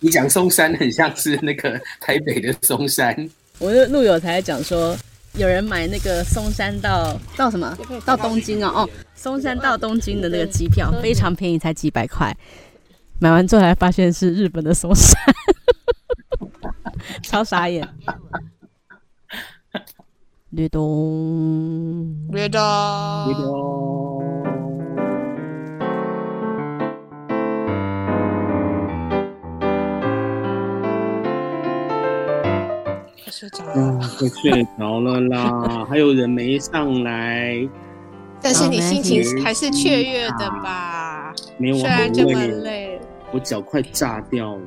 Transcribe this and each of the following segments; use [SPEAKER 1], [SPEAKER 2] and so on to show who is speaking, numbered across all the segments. [SPEAKER 1] 你讲松山很像是那个台北的松山，
[SPEAKER 2] 我的路友才讲说，有人买那个松山到到什么到东京哦哦，松山到东京的那个机票非常便宜，才几百块。买完之后才发现是日本的松山， 超傻眼。略懂。
[SPEAKER 3] 略懂。快睡着
[SPEAKER 4] 嗯
[SPEAKER 3] 了，，
[SPEAKER 4] 快睡着了 啦，还有人没上来，
[SPEAKER 3] 但是你心情
[SPEAKER 4] 好
[SPEAKER 3] 还是雀跃的吧？
[SPEAKER 4] 没有
[SPEAKER 3] 虽
[SPEAKER 4] 我
[SPEAKER 3] 然
[SPEAKER 4] 很
[SPEAKER 3] 这么
[SPEAKER 4] 累，
[SPEAKER 3] 累，
[SPEAKER 4] 我脚快炸掉了。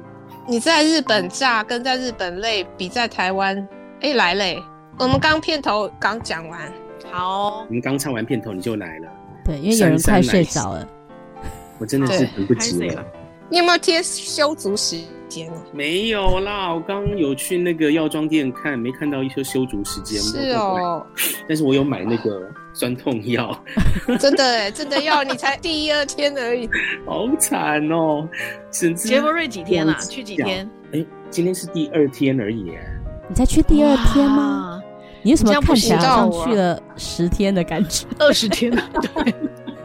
[SPEAKER 3] 你在日本炸跟在日本累比在台湾哎、来累。我们刚片头刚讲完，好哦、
[SPEAKER 4] 你们刚唱完片头你就来了，
[SPEAKER 2] 对，因为有人快睡着了。
[SPEAKER 4] 我真的是
[SPEAKER 3] 对
[SPEAKER 4] 等不及
[SPEAKER 5] 拍谁
[SPEAKER 4] 了
[SPEAKER 5] 了。
[SPEAKER 3] 你有没有贴修足时间啊呢？
[SPEAKER 4] 没有啦，我刚有去那个药妆店看，没看到一些修足时间。
[SPEAKER 3] 是，哦，
[SPEAKER 4] 但是我有买那个酸痛药，
[SPEAKER 3] 真的哎，真的要你才第一二天而已，
[SPEAKER 4] 好惨哦，甚至
[SPEAKER 5] 杰弗瑞几天啊？
[SPEAKER 4] 忘记
[SPEAKER 5] 去几天？
[SPEAKER 4] 哎，今天是第二天而已耶，
[SPEAKER 2] 你才去第二天吗？
[SPEAKER 5] 哇？
[SPEAKER 2] 你为什
[SPEAKER 5] 这
[SPEAKER 2] 么
[SPEAKER 5] 样
[SPEAKER 2] 看
[SPEAKER 5] 不
[SPEAKER 2] 起来
[SPEAKER 3] 行
[SPEAKER 2] 好像
[SPEAKER 3] 到我
[SPEAKER 2] 去了十天的感觉？
[SPEAKER 5] 二十天啊？对，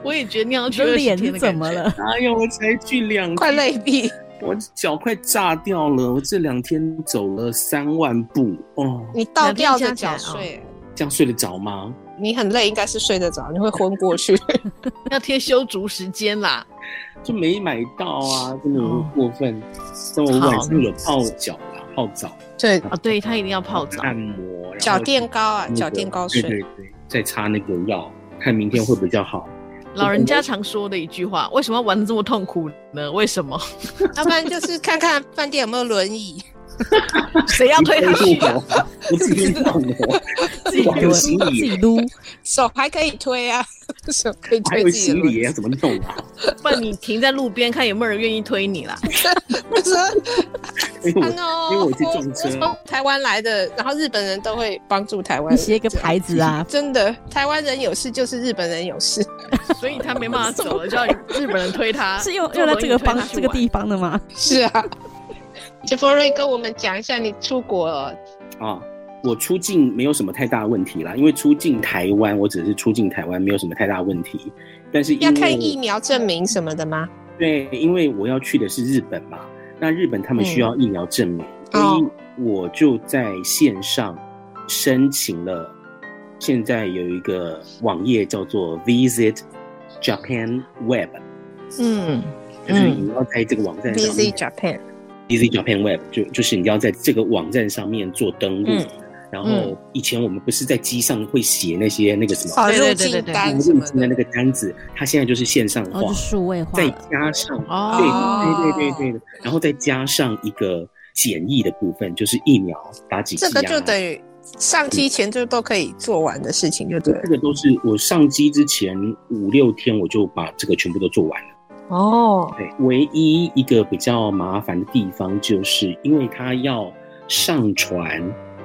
[SPEAKER 5] 我也觉得你要
[SPEAKER 2] 你
[SPEAKER 5] 去
[SPEAKER 2] 的
[SPEAKER 5] 20
[SPEAKER 2] 脸
[SPEAKER 5] 天
[SPEAKER 2] 是
[SPEAKER 5] 的
[SPEAKER 2] 怎
[SPEAKER 5] 感
[SPEAKER 2] 么
[SPEAKER 5] 觉
[SPEAKER 2] 了？
[SPEAKER 4] 哎呦，我才去两天
[SPEAKER 3] 快累毙。
[SPEAKER 4] 我脚快炸掉了，我这两天走了三万步哦，
[SPEAKER 3] 你倒吊着
[SPEAKER 5] 两天
[SPEAKER 3] 脚
[SPEAKER 5] 加起来
[SPEAKER 3] 睡，
[SPEAKER 4] 这样睡得着吗？
[SPEAKER 3] 你很累，应该是睡得着，你会昏 过去。
[SPEAKER 5] 要贴修足时间啦。
[SPEAKER 4] 就没买到啊，真的很
[SPEAKER 5] 哦
[SPEAKER 4] 过分。但我晚上有泡脚啦，泡澡、
[SPEAKER 3] 对，
[SPEAKER 5] 哦，对他一定要泡澡。
[SPEAKER 4] 按摩，然后
[SPEAKER 3] 脚垫高啊
[SPEAKER 4] 那，个
[SPEAKER 3] 脚垫高
[SPEAKER 4] 对
[SPEAKER 3] 睡。
[SPEAKER 4] 对对，再擦那个药，看明天会比较好。
[SPEAKER 5] 老人家常说的一句话：为什么要玩的这么痛苦呢？为什么？
[SPEAKER 3] 要不然就是看看饭店有没有轮椅。
[SPEAKER 5] 谁要推他去啊？
[SPEAKER 4] 我，我自己动我，自己有行
[SPEAKER 2] 自
[SPEAKER 4] 李
[SPEAKER 2] 己，撸，
[SPEAKER 3] 手还可以推啊， 手可以
[SPEAKER 4] 还
[SPEAKER 3] 推
[SPEAKER 4] 有
[SPEAKER 3] 自己的
[SPEAKER 4] 行
[SPEAKER 3] 轮
[SPEAKER 4] 李
[SPEAKER 3] 椅。
[SPEAKER 4] 要怎么弄啊？
[SPEAKER 5] 不然你停在路边看有没有人愿意推你啦。
[SPEAKER 3] 我说，
[SPEAKER 4] 因为我
[SPEAKER 3] 哦，
[SPEAKER 4] 因为我去
[SPEAKER 3] 我
[SPEAKER 4] 撞车
[SPEAKER 3] 从台湾来的，然后日本人都会帮助台湾
[SPEAKER 2] 你
[SPEAKER 3] 人。
[SPEAKER 2] 写一个牌子啊，
[SPEAKER 3] 真的，台湾人有事就是日本人有事，
[SPEAKER 5] 所以他没办法走了，叫日本人推他。
[SPEAKER 2] 是用
[SPEAKER 5] 坐
[SPEAKER 2] 用在
[SPEAKER 5] 轮
[SPEAKER 2] 这
[SPEAKER 5] 椅
[SPEAKER 2] 个
[SPEAKER 5] 推他
[SPEAKER 2] 方
[SPEAKER 5] 去
[SPEAKER 2] 这个
[SPEAKER 5] 玩
[SPEAKER 2] 地方的吗？
[SPEAKER 3] 是 啊。杰弗瑞跟我们讲一下，你出国
[SPEAKER 4] 啊，我出境没有什么太大问题啦，因为出境台湾，我只是出境台湾，没有什么太大问题。但是因
[SPEAKER 3] 要
[SPEAKER 4] 为
[SPEAKER 3] 看疫苗证明什么的吗？
[SPEAKER 4] 对，因为我要去的是日本嘛，那日本他们需要疫苗证明，所
[SPEAKER 3] 嗯哦
[SPEAKER 4] 以我就在线上申请了。现在有一个网页叫做 Visit Japan Web，
[SPEAKER 3] 嗯
[SPEAKER 4] 就是
[SPEAKER 3] 嗯
[SPEAKER 4] 你要在这个网站上
[SPEAKER 3] ，Busy
[SPEAKER 4] 面
[SPEAKER 3] Japan，嗯
[SPEAKER 4] Easy Japan Web，就就是你要在这个网站上面做登录。
[SPEAKER 3] 嗯
[SPEAKER 4] 然后以前我们不是在机上会写那些那个什么
[SPEAKER 3] 哦，
[SPEAKER 5] 对
[SPEAKER 3] 入
[SPEAKER 5] 对对对
[SPEAKER 3] 境
[SPEAKER 5] 对
[SPEAKER 3] 单什
[SPEAKER 4] 入
[SPEAKER 3] 么哦
[SPEAKER 4] 境的那个单子，它现在就是线上
[SPEAKER 2] 然后
[SPEAKER 4] 化
[SPEAKER 2] 哦就，数位化
[SPEAKER 4] 再
[SPEAKER 2] 了。
[SPEAKER 4] 加上
[SPEAKER 5] 哦
[SPEAKER 4] 对对对对对，然后再加上一个检疫的部分，就是疫苗打几剂
[SPEAKER 3] 这
[SPEAKER 4] 啊，
[SPEAKER 3] 个就等于上机前就都可以做完的事情，就对
[SPEAKER 4] 这个都是我上机之前五六天我就把这个全部都做完了。
[SPEAKER 3] 哦，
[SPEAKER 4] 对，唯一一个比较麻烦的地方，就是因为它要上传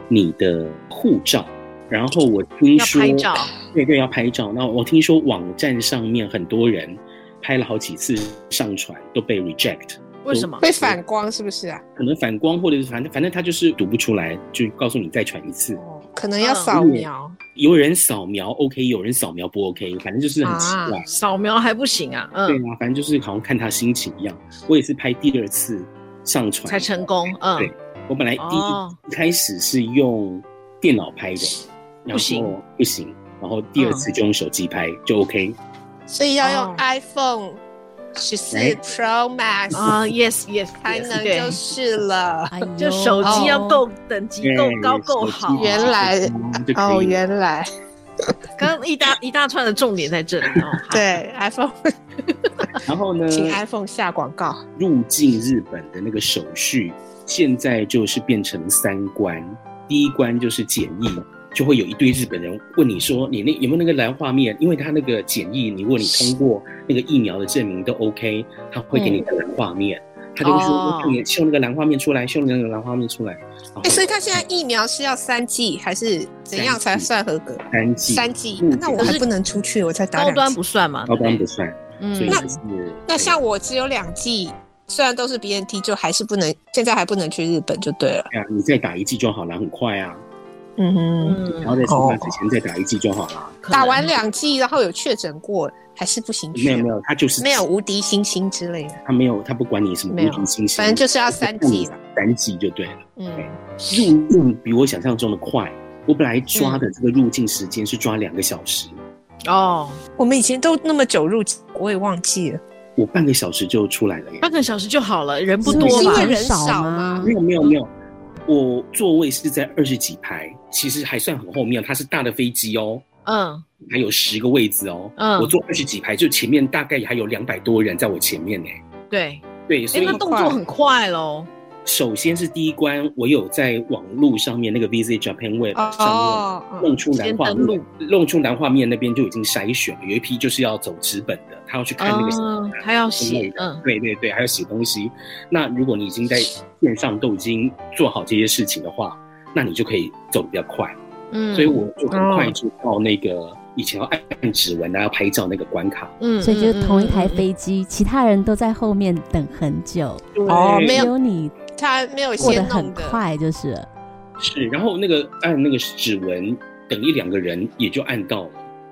[SPEAKER 4] 你的护照，然后我听
[SPEAKER 5] 要
[SPEAKER 4] 说
[SPEAKER 5] 拍照，
[SPEAKER 4] 对对，要拍照。那我听说网站上面很多人拍了好几次上传都被 reject，
[SPEAKER 5] 为什么？
[SPEAKER 3] 会反光是不是啊？
[SPEAKER 4] 可能反光或者是反正反正他就是读不出来，就告诉你再传一次。
[SPEAKER 3] 哦，可能要扫
[SPEAKER 5] 嗯
[SPEAKER 3] 描。
[SPEAKER 4] 有人扫描 OK，有人扫描不 OK，反正就是很奇怪。
[SPEAKER 3] 啊
[SPEAKER 5] 扫描还不行啊？
[SPEAKER 4] 对
[SPEAKER 5] 嗯，
[SPEAKER 4] 啊，反正就是好像看他心情一样。我也是拍第二次上传
[SPEAKER 5] 才成。功。嗯
[SPEAKER 4] 对，我本来第
[SPEAKER 5] 哦
[SPEAKER 4] 一开始是用电脑拍的，然
[SPEAKER 5] 不行
[SPEAKER 4] 后不行，然后第二次就用手机拍就 OK。
[SPEAKER 3] 所以要用
[SPEAKER 5] 哦
[SPEAKER 3] iPhone 十四
[SPEAKER 4] 哎
[SPEAKER 3] Pro Max、
[SPEAKER 5] 啊，yes yes，
[SPEAKER 3] 才
[SPEAKER 5] yes，
[SPEAKER 3] 能
[SPEAKER 5] 对
[SPEAKER 3] 就是哦了。
[SPEAKER 2] 哎呦
[SPEAKER 5] 就手机要够等级够高
[SPEAKER 4] 对
[SPEAKER 5] 够
[SPEAKER 4] 哎手机
[SPEAKER 5] 好。
[SPEAKER 3] 原来
[SPEAKER 4] 就可以了
[SPEAKER 3] 哦，原来
[SPEAKER 5] 刚刚一大一大串的重点在这 里哦。好，
[SPEAKER 3] 对 iPhone，
[SPEAKER 4] 然后
[SPEAKER 5] 呃
[SPEAKER 4] 呢，
[SPEAKER 3] 请 iPhone 下广告。
[SPEAKER 4] 入境日本的那个手续，现在就是变成三关，第一关就是检疫。就会有一堆日本人问你说你那有没有那个蓝画面？因为他那个检疫，你如果你通过那个疫苗的证明都 OK，他会给你个蓝画面，他就会
[SPEAKER 3] 嗯
[SPEAKER 4] 说
[SPEAKER 5] 哦
[SPEAKER 4] 我看你秀那个蓝画面出来，秀那个蓝画面出来。然后
[SPEAKER 3] 哎，所以他现在疫苗是要三剂还是怎样才算合格？
[SPEAKER 4] 三剂
[SPEAKER 3] 三剂
[SPEAKER 4] 嗯，
[SPEAKER 3] 那我还不能出去，我才打
[SPEAKER 5] 高
[SPEAKER 3] 两
[SPEAKER 5] 端
[SPEAKER 3] 剂。
[SPEAKER 5] 不算嘛？
[SPEAKER 4] 高端
[SPEAKER 5] 对
[SPEAKER 4] 不算，
[SPEAKER 5] 嗯
[SPEAKER 4] 所以就是
[SPEAKER 3] 那像我只有两剂，虽然都是 BNT，就还是不能，现在还不能去日本就对了。
[SPEAKER 4] 对啊，你再打一剂就好了，很快啊。
[SPEAKER 3] 嗯哼，
[SPEAKER 4] 然
[SPEAKER 5] 嗯，
[SPEAKER 4] 后在出发之前再打一剂就好了。
[SPEAKER 5] 可能
[SPEAKER 3] 打完两剂，然后有确诊过，还是不行去
[SPEAKER 4] 没有没有，他就是
[SPEAKER 3] 没有无敌星星之类的，
[SPEAKER 4] 他没有他不管你什么
[SPEAKER 3] 没有
[SPEAKER 4] 无敌星星，
[SPEAKER 3] 反正就是要三
[SPEAKER 4] 剂
[SPEAKER 3] 剂。
[SPEAKER 4] 三剂就对了。
[SPEAKER 3] 嗯，
[SPEAKER 4] 入境比我想象中的快，我本来抓
[SPEAKER 3] 嗯
[SPEAKER 4] 的这个入境时间是抓两个小时，
[SPEAKER 5] 哦，
[SPEAKER 3] 我们以前都那么久入境，我也忘记了。
[SPEAKER 4] 我半个小时就出来了耶。
[SPEAKER 5] 半个小时就好了，人不
[SPEAKER 2] 是
[SPEAKER 5] 多
[SPEAKER 2] 是因
[SPEAKER 5] 吧
[SPEAKER 2] 为？
[SPEAKER 3] 人
[SPEAKER 2] 人
[SPEAKER 3] 少
[SPEAKER 2] 少
[SPEAKER 3] 吗
[SPEAKER 2] 吗？
[SPEAKER 4] 没有没有没有，我座位是在二十几排，其实还算很后面，它是大的飞机哦，
[SPEAKER 5] 嗯
[SPEAKER 4] 还有十个位置哦。
[SPEAKER 5] 嗯
[SPEAKER 4] 我坐二十几排，就前面大概也还有两百多人在我前面呢。
[SPEAKER 5] 对，
[SPEAKER 4] 对，所
[SPEAKER 5] 哎，
[SPEAKER 4] 以
[SPEAKER 5] 那动作很快喽。
[SPEAKER 4] 首先是第一关，我有在网络上面那个 Visit Japan Web 上
[SPEAKER 3] 哦，
[SPEAKER 4] 面
[SPEAKER 3] 嗯
[SPEAKER 4] 弄出南画
[SPEAKER 5] 先登
[SPEAKER 4] 面
[SPEAKER 5] 录，
[SPEAKER 4] 弄出南画面那边就已经筛选了，有一批就是要走纸本的，他要去看那个。
[SPEAKER 5] 嗯，他要
[SPEAKER 4] 之类
[SPEAKER 5] 写，
[SPEAKER 4] 的
[SPEAKER 5] 嗯，
[SPEAKER 4] 对对对，还有写东西。那如果你已经在线上都已经做好这些事情的话，那你就可以走得比较快。
[SPEAKER 5] 嗯，
[SPEAKER 4] 所以我就很快
[SPEAKER 3] 哦
[SPEAKER 4] 就到那个以前要按指纹啊、要拍照那个关卡。
[SPEAKER 3] 哦
[SPEAKER 5] 嗯，嗯，
[SPEAKER 2] 所以就是同一台
[SPEAKER 5] 嗯，
[SPEAKER 2] 飞机，其他人都在后面等很久，
[SPEAKER 3] 哦没
[SPEAKER 2] 只
[SPEAKER 3] 有
[SPEAKER 2] 有你
[SPEAKER 3] 他没有
[SPEAKER 2] 过得
[SPEAKER 3] 先弄
[SPEAKER 2] 很
[SPEAKER 3] 的，
[SPEAKER 2] 快，嗯就是了
[SPEAKER 4] 是。然后那个按那个指纹，等一两个人也就按到了。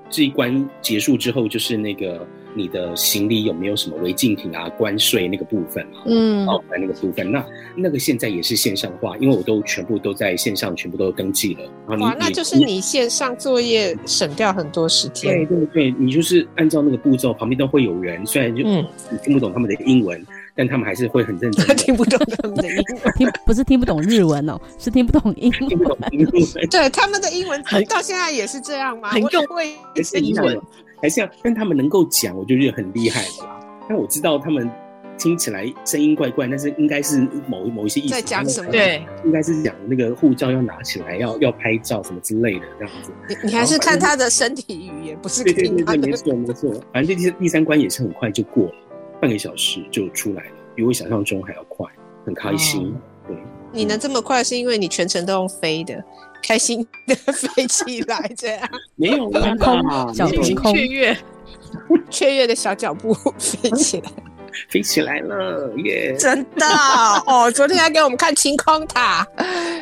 [SPEAKER 4] 这一关结束之后，就是那个你的行李有没有什么违禁品啊、关税那个部分嘛。
[SPEAKER 5] 嗯
[SPEAKER 4] 哦，在那个部分，那那个现在也是线上化，因为我都全部都在线上，全部都登记了。然后你
[SPEAKER 3] 哇，那
[SPEAKER 4] 你
[SPEAKER 3] 就是你线上作业省掉很多时
[SPEAKER 4] 对
[SPEAKER 3] 间。
[SPEAKER 4] 对对，你就是按照那个步骤，旁边都会有人，虽然就、
[SPEAKER 3] 嗯
[SPEAKER 4] 你听不懂他们的英文，但他们还是会很认真的
[SPEAKER 3] 他 听不懂他们的英文，
[SPEAKER 2] 听 不是听不懂日文哦， 是听不懂英
[SPEAKER 4] 听不
[SPEAKER 2] 文。
[SPEAKER 4] 懂英文，
[SPEAKER 3] 对他们的英文到现在也是这样吗？
[SPEAKER 5] 很
[SPEAKER 3] 我
[SPEAKER 5] 用
[SPEAKER 3] 会
[SPEAKER 4] 还是一样的，还是一样，但他们能够讲，我就觉得很厉害了啦。但我知道他们听起来声音怪怪，但是应该是某某一些意思
[SPEAKER 3] 在讲什么
[SPEAKER 5] 对，
[SPEAKER 4] 应该是讲那个护照要拿起来，要要拍照什么之类的这样子。
[SPEAKER 3] 你你还是看他的身体语言，不是
[SPEAKER 4] 对对
[SPEAKER 3] 听
[SPEAKER 4] 对
[SPEAKER 3] 他
[SPEAKER 4] 对，没
[SPEAKER 3] 的。
[SPEAKER 4] 错没错，反正第第三关也是很快就过了，半个小时就出来了，比我想象中还要快，很开心。
[SPEAKER 3] 哦
[SPEAKER 4] 对，
[SPEAKER 3] 你能这么快，是因为你全程都用飞的，开心的飞起来，这样
[SPEAKER 4] 没有啦
[SPEAKER 2] 天空角
[SPEAKER 4] 已
[SPEAKER 2] 度
[SPEAKER 4] 经
[SPEAKER 2] 空
[SPEAKER 5] 雀跃，
[SPEAKER 3] 雀跃的小脚步飞起来，
[SPEAKER 4] 飞起来了耶！
[SPEAKER 3] 真的哦！昨天还给我们看晴空 塔，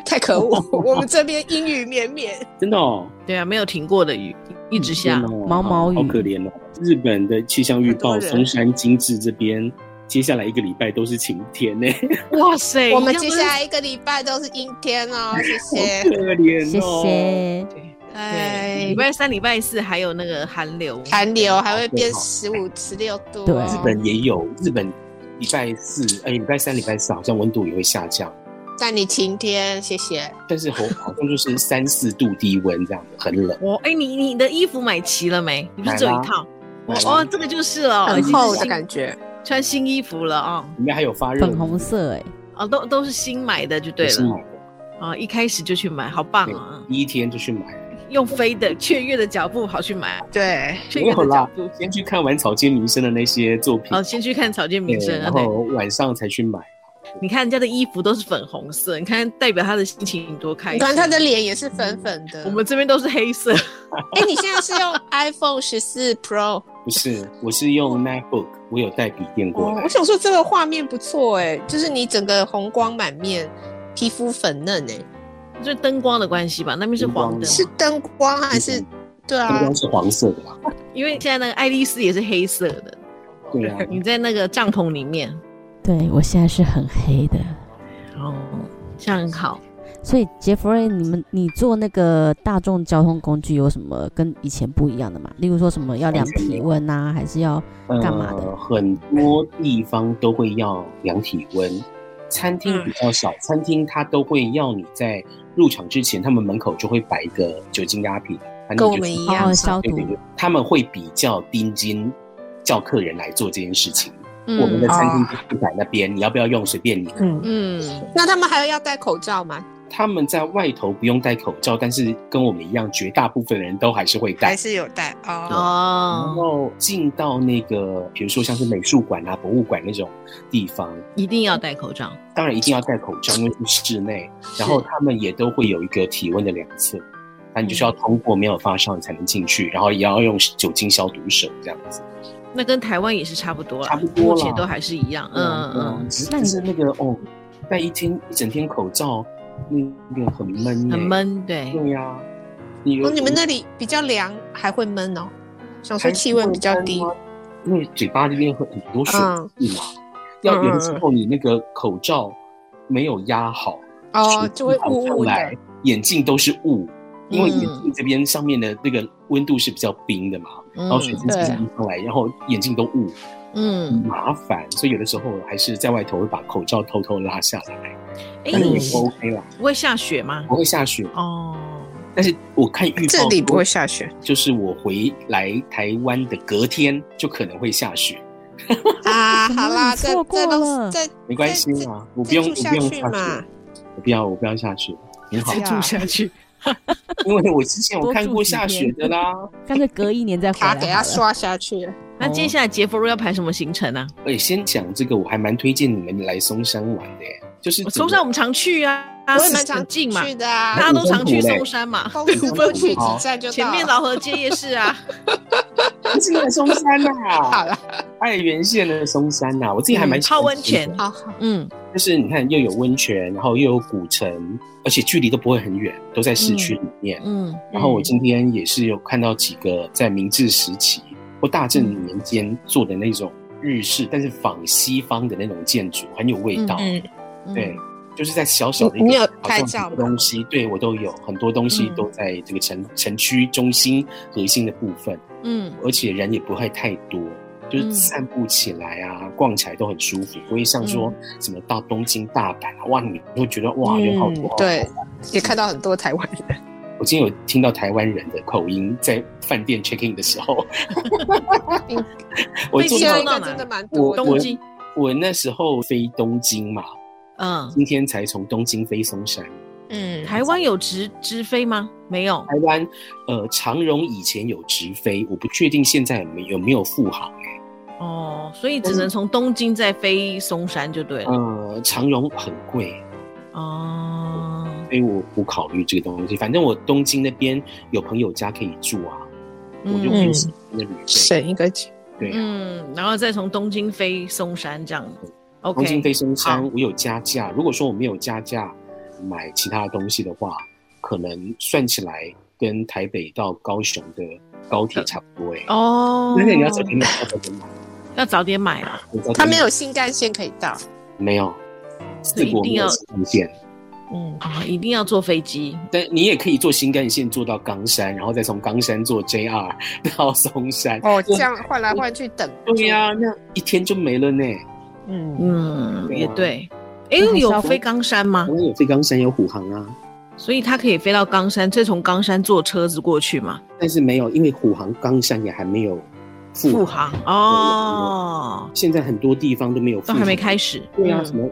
[SPEAKER 3] 太可恶！我们这边阴雨绵绵，
[SPEAKER 4] 真的哦，
[SPEAKER 5] 对啊，没有停过的雨一直下
[SPEAKER 4] 天，哦
[SPEAKER 2] 毛毛雨
[SPEAKER 4] 好可怜哦。日本的气象预报，
[SPEAKER 3] 很多人
[SPEAKER 4] 松山精致这边接下来一个礼拜都是晴天呢，
[SPEAKER 5] 哇塞，
[SPEAKER 3] 我们
[SPEAKER 5] 这
[SPEAKER 3] 接
[SPEAKER 5] 样
[SPEAKER 3] 下来一个礼拜都是阴天哦，谢
[SPEAKER 4] 好
[SPEAKER 3] 谢。
[SPEAKER 4] 可怜
[SPEAKER 2] 谢
[SPEAKER 4] 哦。
[SPEAKER 2] 谢。
[SPEAKER 5] 对，
[SPEAKER 3] 哎
[SPEAKER 5] 礼，拜三、礼拜四还有那个寒流，
[SPEAKER 3] 寒流还会变十五、十六度哦。
[SPEAKER 2] 对
[SPEAKER 4] 日本也有，日本礼拜四，哎，礼拜三、礼拜四好像温度也会下降。
[SPEAKER 3] 但你晴天，谢谢。
[SPEAKER 4] 但是好好像就是三四度低温这样子，很冷。
[SPEAKER 5] 我哎，你你的衣服买齐了没？你不是只有
[SPEAKER 4] 买了啊
[SPEAKER 5] 一套？我
[SPEAKER 4] 买了
[SPEAKER 5] 哦，这个就是了，已经是新
[SPEAKER 3] 觉。
[SPEAKER 5] 穿新衣服了啊，
[SPEAKER 4] 里面还有发热，
[SPEAKER 2] 粉红色哎、
[SPEAKER 5] 哦，都都是新买的就对
[SPEAKER 4] 是
[SPEAKER 5] 了
[SPEAKER 4] 买的，
[SPEAKER 5] 啊，一开始就去买，好棒啊！
[SPEAKER 4] 第一天就去买。
[SPEAKER 5] 用飞的雀跃的脚步跑去买，
[SPEAKER 3] 对，
[SPEAKER 5] 雀
[SPEAKER 4] 没
[SPEAKER 5] 跃
[SPEAKER 4] 有
[SPEAKER 5] 的脚
[SPEAKER 4] 啦
[SPEAKER 5] 步，，
[SPEAKER 4] 先去看完草间弥生的那些作品
[SPEAKER 5] 哦，，先去看草间弥
[SPEAKER 4] 对
[SPEAKER 5] 生啊，
[SPEAKER 4] 然
[SPEAKER 5] 对，
[SPEAKER 4] 后晚上才去买。
[SPEAKER 5] 你看人家的衣服都是粉红色，你看代表他的心情多开
[SPEAKER 3] 你
[SPEAKER 5] 心。
[SPEAKER 3] 看他的脸也是粉粉的。
[SPEAKER 5] 我们这边都是黑色，
[SPEAKER 3] 哎、你现在是 用 iPhone 十四 Pro？
[SPEAKER 4] 不是，我是用 MacBook，我有带笔电过
[SPEAKER 3] 哦，
[SPEAKER 4] 来
[SPEAKER 3] 我。想说这个画面不错哎、就是你整个红光满面，皮肤粉嫩哎、
[SPEAKER 5] 就是灯光的关系吧，那边是黄
[SPEAKER 4] 灯光
[SPEAKER 5] 灯，
[SPEAKER 3] 是灯光还是？对
[SPEAKER 4] 嗯灯
[SPEAKER 3] 啊
[SPEAKER 4] 光，是黄色的啦。
[SPEAKER 5] 因为现在那个爱丽丝也是黑色的，
[SPEAKER 4] 对啊，
[SPEAKER 5] 你在那个帐篷里面，
[SPEAKER 2] 对我现在是很黑的，
[SPEAKER 5] 哦，这样很好。
[SPEAKER 2] 所以杰弗瑞，你们你坐那个大众交通工具有什么跟以前不一样的吗？例如说什么要量体温啊，还是要干嘛的？
[SPEAKER 5] 嗯
[SPEAKER 4] 呃？很多地方都会要量体温，餐厅比较少，餐厅它都会要你在入场之前，他们门口就会摆一个酒精压瓶，反正
[SPEAKER 3] 跟我
[SPEAKER 4] 就
[SPEAKER 3] 们
[SPEAKER 4] 是
[SPEAKER 3] 一
[SPEAKER 2] 哦，
[SPEAKER 3] 样。
[SPEAKER 2] 消
[SPEAKER 4] 对
[SPEAKER 2] 毒
[SPEAKER 4] 对对，他们会比较盯紧叫客人来做这件事情。
[SPEAKER 5] 嗯
[SPEAKER 4] 我们的餐厅
[SPEAKER 3] 哦
[SPEAKER 4] 就在那边，你要不要用随便你。
[SPEAKER 3] 嗯，
[SPEAKER 5] 嗯，
[SPEAKER 3] 那他们还要戴口罩吗？
[SPEAKER 4] 他们在外头不用戴口罩，但是跟我们一样，绝大部分人都还是会戴
[SPEAKER 3] 还。是有戴？哦，
[SPEAKER 4] 然
[SPEAKER 5] 哦，
[SPEAKER 4] 后进到那个，比如说像是美术馆啊、博物馆那种地方，
[SPEAKER 5] 一定要戴口罩。
[SPEAKER 4] 当然一定要戴口罩，因为是室内。然后他们也都会有一个体温的量测，
[SPEAKER 3] 嗯
[SPEAKER 4] 那你就是要通过没有发烧你才能进去，然后也要用酒精消毒手这样子。
[SPEAKER 5] 那跟台湾也是差不多啦，
[SPEAKER 4] 差不多
[SPEAKER 5] 目
[SPEAKER 4] 啦啊
[SPEAKER 5] 前都还是一样。
[SPEAKER 3] 啊
[SPEAKER 5] 嗯嗯，
[SPEAKER 4] 只是
[SPEAKER 2] 但
[SPEAKER 4] 但是那个哦，戴一天一整天口罩，那个很闷、
[SPEAKER 5] 嗯，很。闷，对。
[SPEAKER 4] 对呀、你有
[SPEAKER 3] 哦，你们那里比较凉，还会闷哦。想说气温比较低，，
[SPEAKER 4] 因为嘴巴这边会很多水
[SPEAKER 3] 嗯，
[SPEAKER 4] 汽嘛，要有的时候你那个口罩没有压好，
[SPEAKER 3] 哦
[SPEAKER 4] 水，
[SPEAKER 3] 就会
[SPEAKER 4] 跑
[SPEAKER 3] 雾
[SPEAKER 4] 上
[SPEAKER 3] 雾的
[SPEAKER 4] 来，，眼镜都是雾，因为眼
[SPEAKER 5] 嗯
[SPEAKER 4] 镜这边上面的那个温度是比较冰的嘛，
[SPEAKER 5] 然
[SPEAKER 4] 然后水蒸气
[SPEAKER 3] 嗯对
[SPEAKER 4] 上来，然后眼镜都雾，
[SPEAKER 5] 嗯，
[SPEAKER 4] 麻烦，所以有的时候还是在外头会把口罩偷偷拉下来，
[SPEAKER 5] 哎、
[SPEAKER 4] 但是也
[SPEAKER 5] 你
[SPEAKER 4] 不 OK 啦，
[SPEAKER 5] 不会下雪吗？
[SPEAKER 4] 不会下雪，
[SPEAKER 5] 哦，
[SPEAKER 4] 但是我看预报
[SPEAKER 3] 这里不会，下雪
[SPEAKER 4] 就是我回来台湾的隔天就可能会下雪，
[SPEAKER 3] 啊。好啦，
[SPEAKER 2] 你
[SPEAKER 3] 这
[SPEAKER 2] 错过
[SPEAKER 3] 这
[SPEAKER 2] 了
[SPEAKER 3] 都这
[SPEAKER 4] 没关系
[SPEAKER 3] 这
[SPEAKER 4] 啦，我不用我
[SPEAKER 3] 哎这就下
[SPEAKER 4] 不用
[SPEAKER 3] 去
[SPEAKER 4] 下
[SPEAKER 3] 嘛
[SPEAKER 4] 雪，我不要我不要下雪，很好
[SPEAKER 5] 再，住下去。
[SPEAKER 4] 因为我之前
[SPEAKER 2] 多
[SPEAKER 4] 我看
[SPEAKER 2] 住
[SPEAKER 4] 过
[SPEAKER 2] 几
[SPEAKER 4] 下雪的啦，
[SPEAKER 2] 干脆隔一年再回来
[SPEAKER 3] 卡
[SPEAKER 2] 好
[SPEAKER 3] 给他
[SPEAKER 2] 了
[SPEAKER 3] 刷下去了。
[SPEAKER 5] 那接下来杰佛瑞要排什么行程啊？
[SPEAKER 4] 哎、先讲这个，我还蛮推荐你们来松山玩的耶，就是
[SPEAKER 5] 我
[SPEAKER 4] 整
[SPEAKER 5] 哦松
[SPEAKER 4] 个
[SPEAKER 5] 山我们常去啊，
[SPEAKER 3] 我也蛮
[SPEAKER 5] 很
[SPEAKER 3] 常
[SPEAKER 5] 近嘛，
[SPEAKER 3] 去的啊
[SPEAKER 5] 大，家都常去松山嘛，
[SPEAKER 3] 公司过去几站就到。
[SPEAKER 5] 前面老河街夜市 啊，
[SPEAKER 4] 不是那个松山 呐、
[SPEAKER 3] 好了，
[SPEAKER 4] 爱媛县的松山呐、我自己还蛮喜欢
[SPEAKER 5] 嗯泡温泉
[SPEAKER 4] 松山
[SPEAKER 3] 好好
[SPEAKER 5] 嗯，
[SPEAKER 4] 的，就是你看又有温泉，然后又有古城，而且距离都不会很远，都在市区里面。
[SPEAKER 5] 嗯，
[SPEAKER 4] 然后我今天也是有看到几个在明治时期或大正
[SPEAKER 5] 嗯
[SPEAKER 4] 年间做的那种日式，但是仿西方的那种建筑，很有味道。
[SPEAKER 3] 嗯，
[SPEAKER 5] 嗯
[SPEAKER 4] 对，，就是在小小的一个
[SPEAKER 3] 你你有
[SPEAKER 4] 好
[SPEAKER 3] 拍
[SPEAKER 4] 像
[SPEAKER 3] 照
[SPEAKER 4] 很
[SPEAKER 3] 吗
[SPEAKER 4] 多东西，对我都有很多东西
[SPEAKER 5] 嗯
[SPEAKER 4] 都在这个城、城区中心核心的部分，
[SPEAKER 5] 嗯
[SPEAKER 4] 而且人也不会太多，就是
[SPEAKER 5] 嗯
[SPEAKER 4] 散步起来啊，逛起来都很舒服，不会像说什么到东京、大阪啊，哇，你会觉得哇人好多。
[SPEAKER 3] 嗯嗯对，也看到很多台湾人。
[SPEAKER 4] 我今天有听到台湾人的口音，在饭店 check in 的时 候
[SPEAKER 3] 嗯，
[SPEAKER 4] 我
[SPEAKER 5] 被
[SPEAKER 4] 坐
[SPEAKER 3] 现在
[SPEAKER 5] 吓
[SPEAKER 4] 到
[SPEAKER 3] 应该真的蛮多
[SPEAKER 4] 我
[SPEAKER 3] 的。
[SPEAKER 5] 东京，
[SPEAKER 4] 我那时候飞东京嘛，
[SPEAKER 5] 嗯，
[SPEAKER 4] 今天才从东京飞松山。
[SPEAKER 3] 嗯，
[SPEAKER 5] 台湾有直直飞吗？没有，
[SPEAKER 4] 台湾，呃，长荣以前有直飞，我不确定现在有没有有没有复航。
[SPEAKER 5] 哦，所以只能从东京再飞松山就对了，
[SPEAKER 4] 呃，长荣很贵，
[SPEAKER 5] 哦，
[SPEAKER 4] 所以我不考虑这个东西。反正我东京那边有朋友家可以住啊，我就
[SPEAKER 5] 嗯
[SPEAKER 4] 可以省那旅费。
[SPEAKER 3] 省一个
[SPEAKER 4] 对啊，
[SPEAKER 5] 嗯，然后再从东京飞松山这样，OK，
[SPEAKER 4] 东京飞松山
[SPEAKER 5] 好
[SPEAKER 4] 我有加价，如果说我没有加价买其他的东西的话，可能算起来跟台北到高雄的高铁差不多哎、欸。
[SPEAKER 5] 哦，
[SPEAKER 4] 那个你要早点买，要早点买。
[SPEAKER 5] 要早点买啊，
[SPEAKER 4] 要早点买
[SPEAKER 3] 他没有新干线可以到。
[SPEAKER 4] 没有，
[SPEAKER 5] 所
[SPEAKER 4] 四
[SPEAKER 5] 以一
[SPEAKER 4] 国
[SPEAKER 5] 定
[SPEAKER 4] 没有
[SPEAKER 5] 要
[SPEAKER 4] 新干线。
[SPEAKER 3] 嗯，
[SPEAKER 5] 啊，一定要坐飞机，
[SPEAKER 4] 但你也可以坐新干线坐到冈山，然后再从冈山坐 JR 到松山。
[SPEAKER 3] 哦，这样换来换去等。
[SPEAKER 4] 对呀、那一天就没了呢。
[SPEAKER 3] 嗯，
[SPEAKER 5] 嗯，
[SPEAKER 4] 对啊
[SPEAKER 5] 也对。
[SPEAKER 2] 那
[SPEAKER 5] 哎、
[SPEAKER 2] 还是要
[SPEAKER 5] 有飞冈山吗
[SPEAKER 4] 我？们有飞冈山，有虎航啊，
[SPEAKER 5] 所以他可以飞到冈山，再从冈山坐车子过去嘛？
[SPEAKER 4] 但是没有，因为虎航冈山也还没有复
[SPEAKER 5] 复航哦，
[SPEAKER 4] 现在很多地方都没有复
[SPEAKER 5] 都
[SPEAKER 4] 航，
[SPEAKER 5] 还没开。始。
[SPEAKER 4] 对啊，
[SPEAKER 5] 嗯
[SPEAKER 4] 什么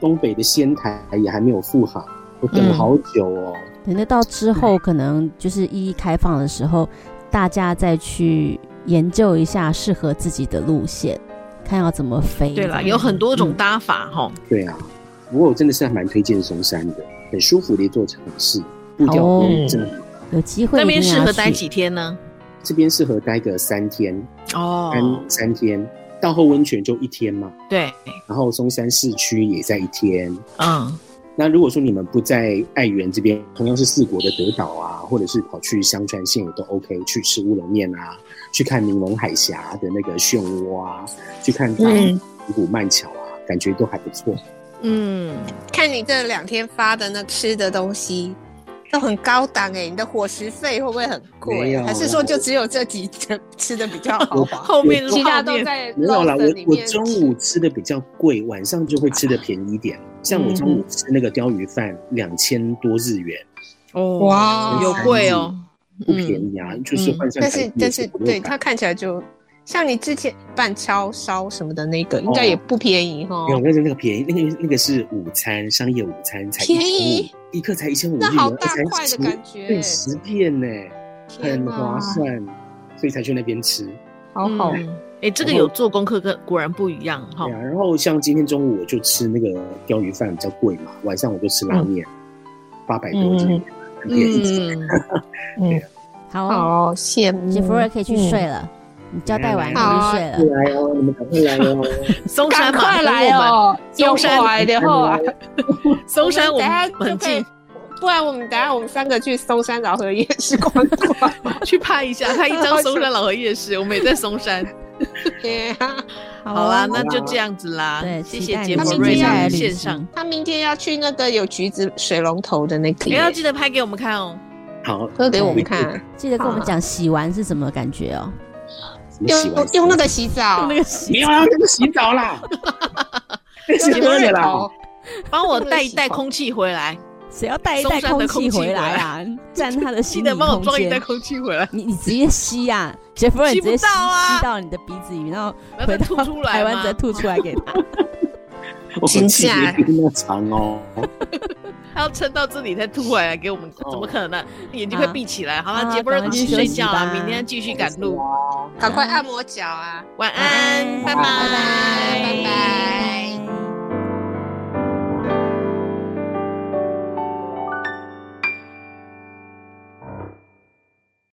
[SPEAKER 4] 东北的仙台也还没有复航，我等
[SPEAKER 5] 嗯
[SPEAKER 4] 好久哦。
[SPEAKER 2] 等得到之后，嗯可能就是一一开放的时候，大家再去研究一下适合自己的路线，看要怎么飞。
[SPEAKER 5] 对了，有很多种搭法哈、
[SPEAKER 3] 嗯
[SPEAKER 4] 对啊，不过我真的是还蛮推荐松山的，很舒服的一座城市，步调
[SPEAKER 2] 哦
[SPEAKER 4] 也真的很
[SPEAKER 2] 嗯，有机会
[SPEAKER 5] 那边
[SPEAKER 2] 一定
[SPEAKER 5] 适
[SPEAKER 2] 要
[SPEAKER 5] 合待
[SPEAKER 2] 去
[SPEAKER 5] 几天呢？
[SPEAKER 4] 这边适合待个三天，
[SPEAKER 5] 哦，
[SPEAKER 4] 三三天，到后温泉就一天嘛，
[SPEAKER 5] 对，
[SPEAKER 4] 然后松山市区也在一天。
[SPEAKER 5] 嗯
[SPEAKER 4] 那如果说你们不在爱媛这边，同样是四国的德岛啊，或者是跑去香川县也都 OK，去吃乌龙面啊，去看宁龙海峡的那个漩涡啊，去看大
[SPEAKER 3] 嗯
[SPEAKER 4] 五谷慢桥啊，感觉都还不错。
[SPEAKER 5] 嗯，
[SPEAKER 3] 看你这两天发的那吃的东西。都很高档哎、你的伙食费会不会很
[SPEAKER 4] 没
[SPEAKER 3] 贵、
[SPEAKER 4] 有
[SPEAKER 3] 啊？还是说就只有这几天吃的比较豪华，
[SPEAKER 5] 后面
[SPEAKER 3] 其他
[SPEAKER 5] 后
[SPEAKER 3] 都
[SPEAKER 5] 面
[SPEAKER 3] 在
[SPEAKER 4] 没有啦，我
[SPEAKER 3] lobster 里
[SPEAKER 4] 我
[SPEAKER 3] 面
[SPEAKER 4] 中午吃的比较贵，晚上就会吃的便宜一点。像我中午吃那个鲷鱼饭，两千多日元，
[SPEAKER 5] 哦，
[SPEAKER 3] 哇
[SPEAKER 5] 有贵哦，
[SPEAKER 4] 不便宜啊，就是换算台
[SPEAKER 3] 嗯但是
[SPEAKER 4] 币
[SPEAKER 3] 但
[SPEAKER 4] 也
[SPEAKER 3] 是
[SPEAKER 4] 500
[SPEAKER 3] 对它看起来就像你之前半敲烧什么的那个，应该也不便宜哈、
[SPEAKER 4] 没哦有，那是那个便宜，那个那个是午餐商业午餐才
[SPEAKER 3] 便宜
[SPEAKER 4] 1500，一克才一千五日
[SPEAKER 3] 那
[SPEAKER 4] 元，
[SPEAKER 3] 好大
[SPEAKER 4] 才
[SPEAKER 3] 块的
[SPEAKER 4] 10
[SPEAKER 3] 感觉
[SPEAKER 4] 对，十片呢，
[SPEAKER 3] 天
[SPEAKER 4] 很
[SPEAKER 3] 哪
[SPEAKER 4] 划算，所以才去那边吃。
[SPEAKER 3] 好
[SPEAKER 4] 嗯
[SPEAKER 3] 好、
[SPEAKER 5] 哎、诶这个有做功课跟果然不一样哈
[SPEAKER 4] 对。啊，然后像今天中午我就吃那个鲷鱼饭比较贵嘛，晚上我就吃拉
[SPEAKER 3] 嗯
[SPEAKER 4] 面，八百多日元，很便宜。
[SPEAKER 5] 嗯，
[SPEAKER 3] 嗯，
[SPEAKER 2] 好啊，
[SPEAKER 3] 好羡慕。嗯
[SPEAKER 2] 杰弗瑞可以去睡了。啊
[SPEAKER 6] 你交代完你
[SPEAKER 3] 好
[SPEAKER 6] 就
[SPEAKER 3] 啊
[SPEAKER 6] 睡了。
[SPEAKER 4] 来哦，你们赶快来哦！
[SPEAKER 5] 松
[SPEAKER 3] 嗯赶
[SPEAKER 5] 山嘛，
[SPEAKER 3] 快
[SPEAKER 5] 跟
[SPEAKER 3] 来
[SPEAKER 5] 我们
[SPEAKER 3] 哦，
[SPEAKER 5] 松山
[SPEAKER 3] 有我来的哦话，
[SPEAKER 5] 松山 我
[SPEAKER 3] 等下
[SPEAKER 5] 们
[SPEAKER 3] 就
[SPEAKER 5] 很
[SPEAKER 3] 可以
[SPEAKER 5] 近，
[SPEAKER 3] 不然我们等下我们三个去松山老河夜市逛逛。
[SPEAKER 5] 去拍一下，拍一张松山老河夜市，我们也在松山。
[SPEAKER 3] Yeah
[SPEAKER 5] 好啦，
[SPEAKER 6] 啊
[SPEAKER 5] 那就这样子
[SPEAKER 3] 啊
[SPEAKER 5] 啦。
[SPEAKER 6] 对，
[SPEAKER 5] 谢
[SPEAKER 6] 期
[SPEAKER 5] 谢
[SPEAKER 6] 待
[SPEAKER 5] 杰
[SPEAKER 6] 你
[SPEAKER 5] 博
[SPEAKER 6] 们
[SPEAKER 3] 那
[SPEAKER 5] 瑞
[SPEAKER 3] 明
[SPEAKER 6] 接下
[SPEAKER 3] 天
[SPEAKER 5] 上
[SPEAKER 6] 来
[SPEAKER 5] 我们
[SPEAKER 6] 的旅
[SPEAKER 5] 线
[SPEAKER 6] 行
[SPEAKER 5] 上，
[SPEAKER 3] 他明天要去那个有橘子水龙头的那个
[SPEAKER 5] 也
[SPEAKER 3] 耶，
[SPEAKER 5] 要哎记得拍给我们看哦。
[SPEAKER 4] 好，
[SPEAKER 3] 喝给我们看，啊
[SPEAKER 6] 记得跟我们讲洗完是什么感觉哦。
[SPEAKER 4] 你
[SPEAKER 3] 用
[SPEAKER 4] 洗完
[SPEAKER 3] 用那个 洗澡，
[SPEAKER 2] 那个洗
[SPEAKER 4] 没有啊，那个洗澡 啦，那是
[SPEAKER 3] 用
[SPEAKER 4] 喝的
[SPEAKER 3] 水
[SPEAKER 4] 啦
[SPEAKER 3] 头。，
[SPEAKER 5] 帮我带一带空气回来，
[SPEAKER 2] 谁要带一带
[SPEAKER 5] 松山的
[SPEAKER 2] 气
[SPEAKER 5] 空气
[SPEAKER 2] 回
[SPEAKER 5] 回
[SPEAKER 2] 来
[SPEAKER 5] 来
[SPEAKER 2] 啊？占他的
[SPEAKER 5] 记
[SPEAKER 2] 心理
[SPEAKER 5] 得帮我
[SPEAKER 2] 空
[SPEAKER 5] 装一袋
[SPEAKER 2] 间。
[SPEAKER 5] 空气回来，
[SPEAKER 2] 你你直接吸啊，杰夫，你
[SPEAKER 5] 吸
[SPEAKER 2] 直
[SPEAKER 5] 不
[SPEAKER 2] 接吸
[SPEAKER 5] 到啊
[SPEAKER 2] 吸到你的鼻子里面，然后
[SPEAKER 5] 然后
[SPEAKER 2] 回
[SPEAKER 5] 再吐
[SPEAKER 2] 到
[SPEAKER 5] 出
[SPEAKER 2] 台
[SPEAKER 5] 来
[SPEAKER 2] 湾
[SPEAKER 5] 嘛
[SPEAKER 2] 再。吐出来给他。
[SPEAKER 4] 我
[SPEAKER 3] 真
[SPEAKER 4] 气
[SPEAKER 3] 假
[SPEAKER 4] 也比那长哦。
[SPEAKER 5] 他要撑到这里再吐回来给我们，怎么可能？眼睛会闭起来。好
[SPEAKER 6] 啊
[SPEAKER 5] 了，杰博瑞
[SPEAKER 6] 赶
[SPEAKER 5] 自
[SPEAKER 6] 快
[SPEAKER 5] 己
[SPEAKER 6] 去
[SPEAKER 5] 睡
[SPEAKER 6] 休息
[SPEAKER 5] 觉
[SPEAKER 6] 吧
[SPEAKER 5] 了，明天继续赶路。
[SPEAKER 3] 赶快按摩脚啊！
[SPEAKER 5] 晚安，
[SPEAKER 6] 晚安
[SPEAKER 5] 拜
[SPEAKER 3] 拜拜拜拜。